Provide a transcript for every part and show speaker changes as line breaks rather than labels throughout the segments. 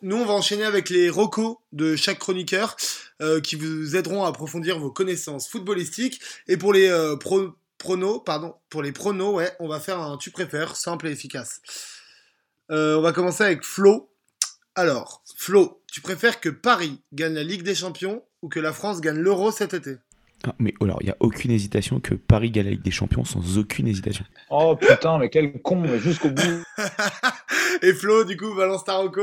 Nous, on va enchaîner avec les recos de chaque chroniqueur euh, qui vous aideront à approfondir vos connaissances footballistiques. Et pour les euh, pro- pronos, pardon, pour les pronos, ouais, on va faire un tu préfères simple et efficace. Euh, on va commencer avec Flo. Alors, Flo, tu préfères que Paris gagne la Ligue des Champions ou que la France gagne l'Euro cet été
Ah, mais alors, il n'y a aucune hésitation que Paris gagne la Ligue des Champions sans aucune hésitation.
Oh putain, mais quel con, mais jusqu'au bout.
Et Flo, du coup, balance ta reco.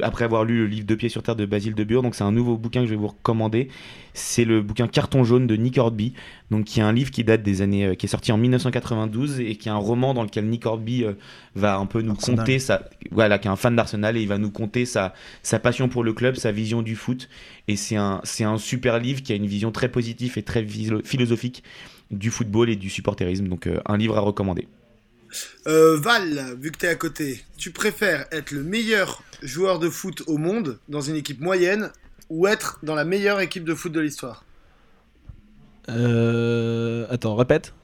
Après avoir lu le livre De pied sur terre de Basile de Bure, donc c'est un nouveau bouquin que je vais vous recommander. C'est le bouquin Carton jaune de Nick Hornby, donc qui est un livre qui date des années, euh, qui est sorti en 1992 et qui est un roman dans lequel Nick Hornby euh, va un peu nous
Arsenal.
conter sa, voilà, qui est un fan d'Arsenal et il va nous conter sa, sa passion pour le club, sa vision du foot. Et c'est un, c'est un super livre qui a une vision très positive et très philo- philosophique du football et du supporterisme. Donc euh, un livre à recommander.
Euh, Val, vu que t'es à côté, tu préfères être le meilleur joueur de foot au monde dans une équipe moyenne ou être dans la meilleure équipe de foot de l'histoire
Euh, Attends, répète.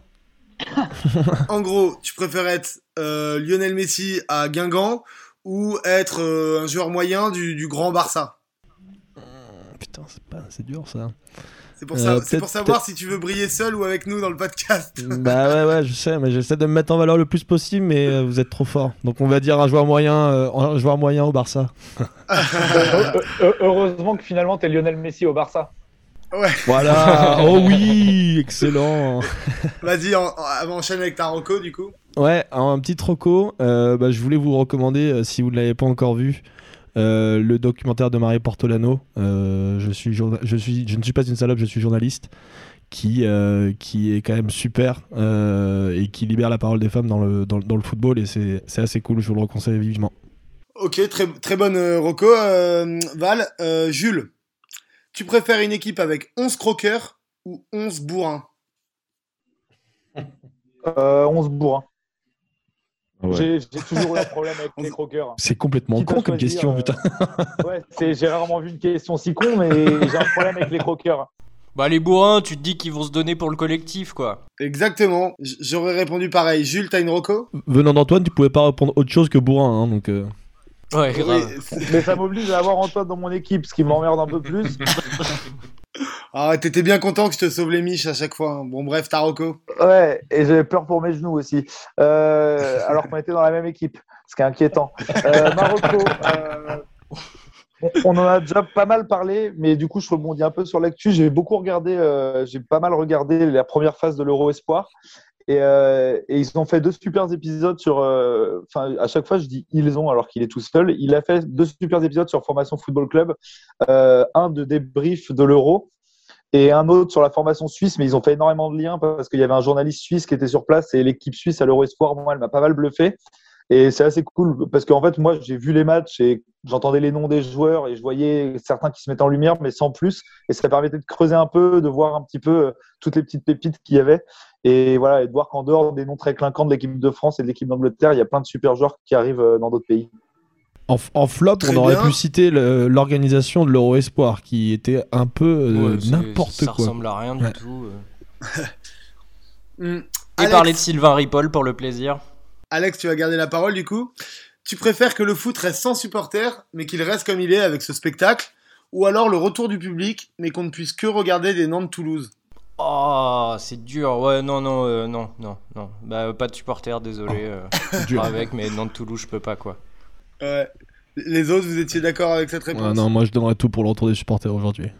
En gros, tu préfères être euh, Lionel Messi à Guingamp ou être euh, un joueur moyen du, du grand Barça
Putain, c'est pas, c'est dur ça.
C'est pour,
Euh,
ça- c'est
peut-être-
pour savoir si tu veux briller seul ou avec nous dans le podcast.
bah ouais, ouais, je sais, mais j'essaie de me mettre en valeur le plus possible, mais euh, vous êtes trop fort. Donc on va dire un joueur moyen, euh, un joueur moyen au Barça.
Euh, euh, Heureusement que finalement t'es Lionel Messi au Barça.
Voilà. oh oui, excellent.
Vas-y, en- en- enchaîne avec ta Rocco, du coup.
Ouais, un petit troco. euh, bah, je voulais vous recommander, euh, si vous ne l'avez pas encore vu, euh, le documentaire de Marie Portolano. Euh, je, suis journa- je, suis, je ne suis pas une salope, je suis journaliste. Qui, euh, qui est quand même super euh, et qui libère la parole des femmes dans le, dans, le- dans le football. Et c'est c'est assez cool, je vous le conseille vivement.
Ok, très, très bonne euh, reco, euh, Val. Euh, Jules, tu préfères une équipe avec 11 croqueurs ou 11 bourrins
Euh, 11 bourrins. J'ai j'ai toujours eu un problème avec les croqueurs.
C'est complètement
Qui doit
con comme
choisir,
question,
euh,
putain.
Ouais, c'est- j'ai rarement vu une question si con, mais j'ai un problème avec les croqueurs.
Bah les bourrins, tu te dis qu'ils vont se donner pour le collectif quoi.
Exactement, J- j'aurais répondu pareil. Jules, t'as une reco
Venant d'Antoine, tu pouvais pas répondre autre chose que bourrin. hein, donc, euh.
Ouais, grave.
Oui, c'est-
Mais ça m'oblige à avoir Antoine dans mon équipe, ce qui m'emmerde un peu plus.
Ah, t'étais bien content que je te sauve les miches à chaque fois. hein. Bon, bref, ta reco.
Ouais, et j'avais peur pour mes genoux aussi. Euh, alors qu'on était dans la même équipe, ce qui est inquiétant. Euh, Marocco, euh, on- on en a déjà pas mal parlé, mais du coup, je rebondis un peu sur l'actu. J'ai beaucoup regardé, euh, j'ai pas mal regardé la première phase de l'Euro Espoir. Et, euh, et ils ont fait deux super épisodes sur. euh, Enfin, à chaque fois, je dis ils ont alors qu'il est tout seul. Il a fait deux super épisodes sur Formation Football Club, euh, un de débrief de l'Euro et un autre sur la formation suisse, mais ils ont fait énormément de liens parce qu'il y avait un journaliste suisse qui était sur place et l'équipe suisse à l'Euro Espoir, moi, elle m'a pas mal bluffé. Et c'est assez cool parce qu'en fait, moi, j'ai vu les matchs et j'entendais les noms des joueurs et je voyais certains qui se mettaient en lumière, mais sans plus. Et ça permettait de creuser un peu, de voir un petit peu euh, toutes les petites pépites qu'il y avait. Et voilà, et de voir qu'en dehors des noms très clinquants de l'équipe de France et de l'équipe d'Angleterre, il y a plein de super joueurs qui arrivent euh, dans d'autres pays.
En, en flop,
Très
on aurait
bien.
pu citer le- l'organisation de l'Euro Espoir, qui était un peu euh,
Ouais, c'est-
n'importe
Ça
quoi.
ressemble à rien
Ouais.
du tout. euh.
Hmm.
Mm. Et
Alex,
parler de Sylvain Ripoll pour le plaisir.
Alex, tu vas garder la parole du coup. Tu préfères que le foot reste sans supporters, mais qu'il reste comme il est avec ce spectacle ou alors le retour du public, mais qu'on ne puisse que regarder des Nantes Toulouse.
Oh, c'est dur. Ouais, non, non, euh, non, non, non. Bah, euh, pas de supporter, désolé. euh,
Oh. Dur.
pas avec, mais Nantes Toulouse, je peux pas quoi.
Ouais. Les autres, vous étiez d'accord avec cette réponse
Ouais, Ah, non, moi je donnerais tout pour le retour des supporters aujourd'hui.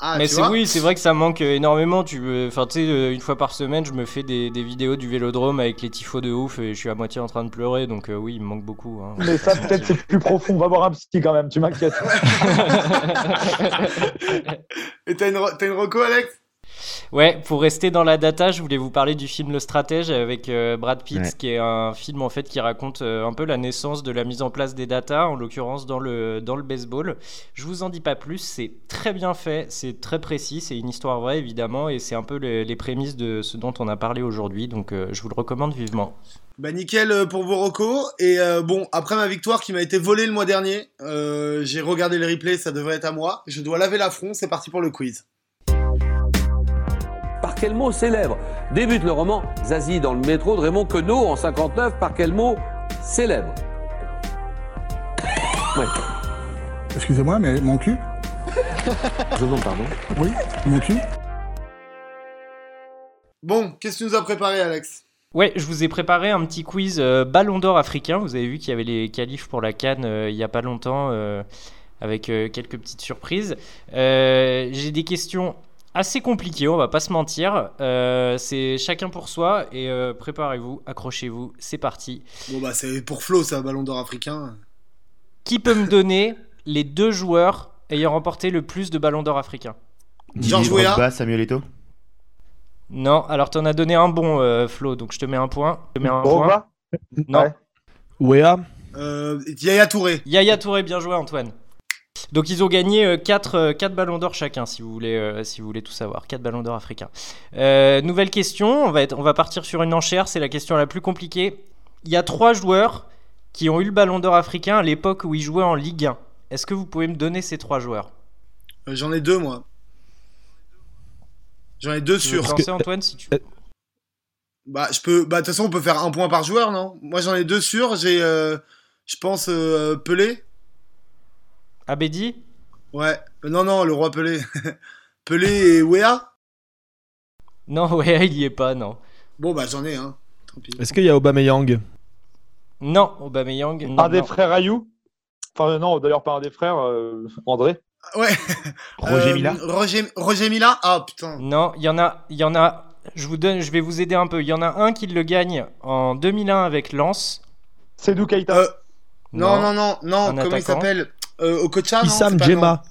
Ah,
mais
tu
c'est
vois
oui, c'est vrai que ça manque euh, énormément. Tu, veux- enfin, tu sais, euh, une fois par semaine, je me fais des, des vidéos du Vélodrome avec les tifos de ouf et je suis à moitié en train de pleurer. Donc euh, oui, il me manque beaucoup. hein.
Mais ça, peut-être, c'est plus profond. Va voir un psy quand même, tu m'inquiètes.
Et t'as une, re- t'as une reco, Alex
Ouais, pour rester dans la data, je voulais vous parler du film Le Stratège avec euh, Brad Pitt,
Ouais.
qui est un film en fait qui raconte euh, un peu la naissance de la mise en place des data, en l'occurrence dans le, dans le baseball. Je vous en dis pas plus, c'est très bien fait, c'est très précis, c'est une histoire vraie évidemment, et c'est un peu les, les prémices de ce dont on a parlé aujourd'hui, donc euh, je vous le recommande vivement.
Bah nickel euh, pour vos recos. Et euh, bon, après ma victoire qui m'a été volée le mois dernier, euh, j'ai regardé le replay, ça devrait être à moi. Je dois laver l'affront, c'est parti pour le quiz.
Par quel mot célèbre débute le roman Zazie dans le métro de Raymond Queneau en 59 Par quel mot célèbre
Excusez-moi, mais mon cul
Je vous demande pardon.
Oui, mon cul
Bon, qu'est-ce que tu nous as préparé, Alex
Ouais, je vous ai préparé un petit quiz euh, Ballon d'Or africain. Vous avez vu qu'il y avait les qualifs pour la Cannes euh, il n'y a pas longtemps, euh, avec euh, quelques petites surprises. Euh, J'ai des questions assez compliquées, on va pas se mentir. Euh, c'est chacun pour soi et euh, préparez-vous, accrochez-vous, c'est parti.
Bon, bah, c'est pour Flo, ça, ballon d'or africain.
Qui peut me donner les deux joueurs ayant remporté le plus de Ballons d'Or africains
George
Didier
Weah.
Drogba, Samuel Eto'o.
Non, alors t'en as donné un bon, euh, Flo, donc je te mets un point. Je te mets un point.
Drogba
Non.
Ouais.
Wea,
Euh, Yaya Touré.
Yaya Touré, bien joué Antoine. Donc ils ont gagné euh, 4, ballons d'or chacun, si vous voulez, euh, si vous voulez tout savoir. 4 ballons d'or africains. Euh, nouvelle question, on va, être, on va partir sur une enchère, c'est la question la plus compliquée. Il y a 3 joueurs qui ont eu le ballon d'or africain à l'époque où ils jouaient en Ligue 1. Est-ce que vous pouvez me donner ces 3 joueurs
Euh, J'en ai deux, moi. J'en ai deux
Tu veux
sûrs.
te lancer, Antoine si tu...
Bah, je peux. Bah, de toute façon, on peut faire un point par joueur, non Moi, j'en ai deux sûrs. J'ai, euh, je pense, euh, Pelé.
Abedi
Ouais. Euh, non, non, le roi Pelé. Pelé et Wea.
Non, ouais, il y est pas, non.
Bon, bah, j'en ai un. Tant pis.
est-ce qu'il y a Aubameyang
Non, Aubameyang. non,
Un des
non.
frères Ayou Enfin, euh, non, d'ailleurs, pas un des frères, euh, André.
Ouais.
Roger
Euh,
Mila.
Roger, Roger Mila. Ah putain.
Non, il y en a, il y en a. Je vous donne, je vais vous aider un peu. Il y en a un qui le gagne en 2001 avec Lens.
C'est Keita.
Euh, non, non, non, non.
Un
Comment il
attaquant.
s'appelle euh, Okocha, non
Issam
c'est pas
Djemma.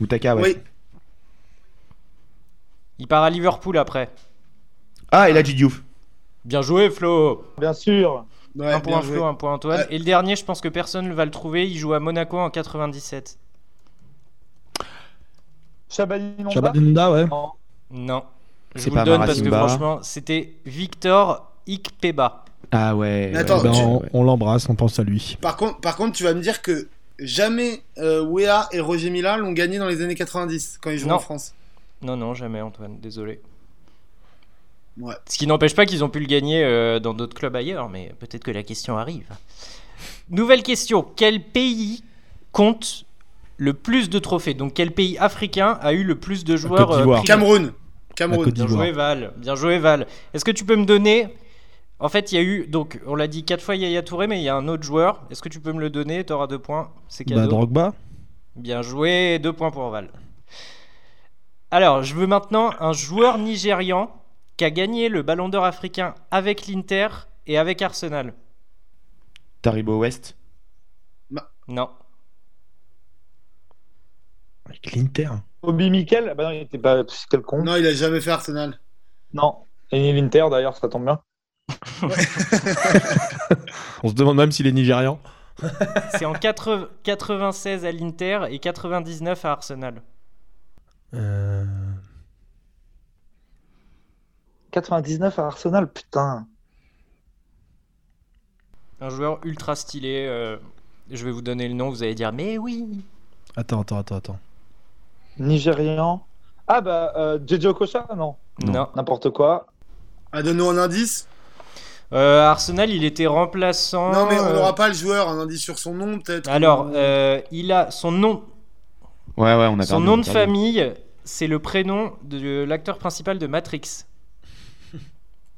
Ou Taka, ouais.
Oui.
Il part à Liverpool après.
Ah, et là, Diouf.
Bien joué, Flo.
Bien sûr.
non. Ouais,
un
bien
point
joué.
Flo, un point Antoine.
Ouais.
Et le dernier, je pense que personne ne va le trouver. Il joue à Monaco en 97.
Chabani Longa
Chabadinda, ouais.
Non.
Non. Je
C'est
vous le
pas
donne parce que
Marasimba.
franchement, c'était Victor Ikpeba.
Ah ouais.
Mais attends,
Eh ben,
Oh, tu-
on on l'embrasse, on pense à lui.
Par contre, par contre, tu vas me dire que jamais euh, Wea et Roger Mila l'ont gagné dans les années 90 quand ils jouaient
Non.
en France.
Non, non, jamais, Antoine. Désolé.
Ouais.
Ce qui n'empêche pas qu'ils ont pu le gagner euh, dans d'autres clubs ailleurs, mais peut-être que la question arrive. Nouvelle question. Quel pays compte le plus de trophées Donc, quel pays africain a eu le plus de joueurs
Côte
euh,
d'Ivoire.
privés
Cameroun.
La
Cameroun.
Côte
Bien
d'Ivoire.
joué, Val. Bien joué, Val. Est-ce que tu peux me donner. En fait, il y a eu. Donc, on l'a dit quatre fois Yaya Touré, mais il y a un autre joueur. Est-ce que tu peux me le donner Tu auras deux points. C'est
Bah,
cadeau.
Drogba.
Bien joué, deux points pour Val. Alors, je veux maintenant un joueur nigérian qui a gagné le Ballon d'Or africain avec l'Inter et avec Arsenal.
Taribo West.
Non,
Avec l'Inter.
Obi Mikel Bah non, il était pas. pff, Quel con. Non.
Non, il a jamais fait Arsenal.
Et l'Inter d'ailleurs, ça tombe bien.
On se demande même s'il est nigérian.
c'est en 80 96 à l'Inter et 99 à Arsenal.
Euh,
99 à Arsenal, putain.
Un joueur ultra stylé. euh, je vais vous donner le nom, vous allez dire mais oui.
Attends, attends, attends, attends.
Nigérian. Ah bah, euh, Jeje Okocha Non.
Non.
N'importe quoi.
Ah, donne-nous un indice.
Euh, Arsenal, il était remplaçant.
non, mais on
euh,
n'aura pas le joueur. Un indice sur son nom, peut-être.
Alors, euh, il a son nom,
Ouais, ouais, on a
son
perdu,
nom
on a
de
perdu.
famille, c'est le prénom de l'acteur principal de Matrix.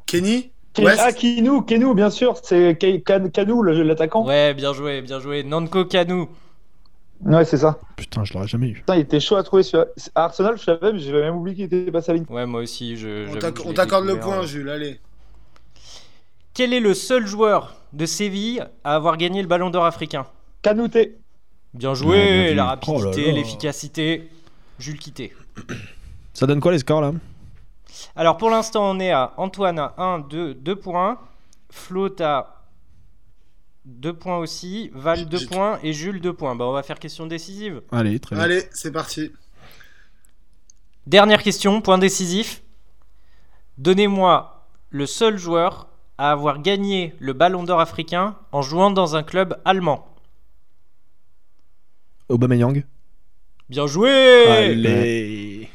Kenny.
Ken-
West.
Ah, Kinu, Kenu, bien sûr. C'est Ke- Kan- Kanu, le- l'attaquant. Ouais,
Ouais, bien joué, bien joué. Nanko Kanu.
c'est ça.
Putain, je l'aurais jamais eu.
Putain, il était chaud à trouver. celui-là. À Arsenal, je savais, mais j'avais même oublié qu'il était passé à l'Inter.
Ouais, moi aussi, je.
On
j'avoue
t'acc-
que je
on
l'ai
t'accorde le
découvert,
point,
euh.
Jules. Allez.
Quel est le seul joueur de Séville à avoir gagné le ballon d'or africain
Kanouté.
Bien joué,
Ouais, bien vu.
la
Oh là
rapidité,
là.
l'efficacité. Jules Quitté.
Ça donne quoi les scores là
Alors pour l'instant, on est à Antoine à 1, 2, 2 points. Flo, à 2 points aussi. Val, 2
j'ai-
points. Et Jules, 2 points. Bah, on va faire question décisive.
Allez, très bien.
Allez, c'est parti.
Dernière question, point décisif. Donnez-moi le seul joueur à avoir gagné le ballon d'or africain en jouant dans un club allemand.
Aubameyang.
Bien joué
Allez.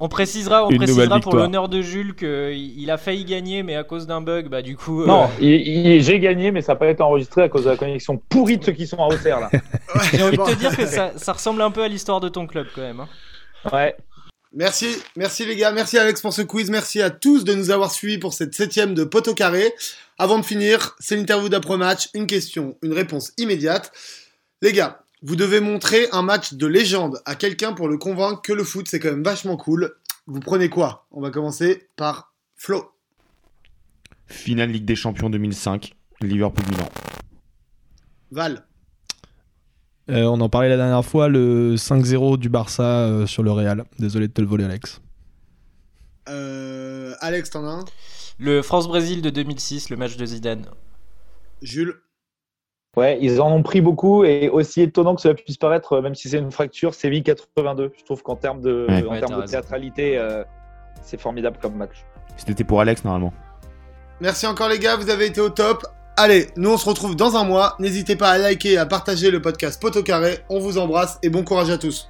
On précisera, on
Une
précisera
nouvelle
pour
victoire.
l'honneur de Jules qu'il a failli gagner, mais à cause d'un bug, bah du coup. euh,
Non, il- il- j'ai gagné, mais ça n'a pas été enregistré à cause de la connexion pourrie de ceux qui sont à Auxerre, là.
J'ai envie de
Bon.
te dire que ça, ça ressemble un peu à l'histoire de ton club quand même. hein.
Ouais.
Merci, merci les gars, merci Alex pour ce quiz, merci à tous de nous avoir suivis pour cette septième de Poteau Carré. Avant de finir, c'est l'interview d'après-match, une question, une réponse immédiate. Les gars, vous devez montrer un match de légende à quelqu'un pour le convaincre que le foot c'est quand même vachement cool. Vous prenez quoi On va commencer par Flo.
Finale Ligue des Champions 2005, Liverpool-Milan.
Val,
Euh, on en parlait la dernière fois, le 5-0 du Barça euh, sur le Real. Désolé de te le voler, Alex.
euh, Alex, t'en as un
Le France-Brésil de 2006, le match de Zidane.
Jules,
Ouais, ils en ont pris beaucoup et aussi étonnant que cela puisse paraître, euh, même si c'est une fracture, Séville 82. Je trouve qu'en termes de,
Ouais.
en
Ouais,
termes
t'as
de
raison.
théâtralité, euh, c'est formidable comme match.
C'était pour Alex normalement.
merci encore les gars, vous avez été au top. Allez, nous on se retrouve dans un mois. N'hésitez pas à liker et à partager le podcast Poteau Carré. On vous embrasse et bon courage à tous.